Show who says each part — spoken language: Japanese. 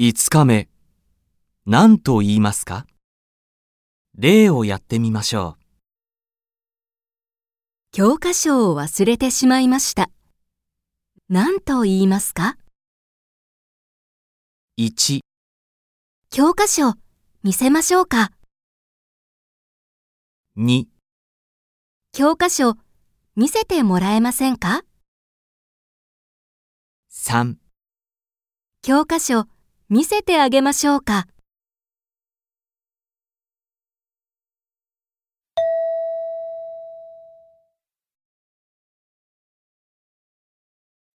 Speaker 1: 5日目、何と言いますか例をやってみましょう。
Speaker 2: 教科書を忘れてしまいました。何と言いますか
Speaker 1: 1、
Speaker 2: 教科書、見せましょうか。
Speaker 1: 2、
Speaker 2: 教科書、見せてもらえませんか
Speaker 1: 3。
Speaker 2: 教科書、見せてあげましょうか。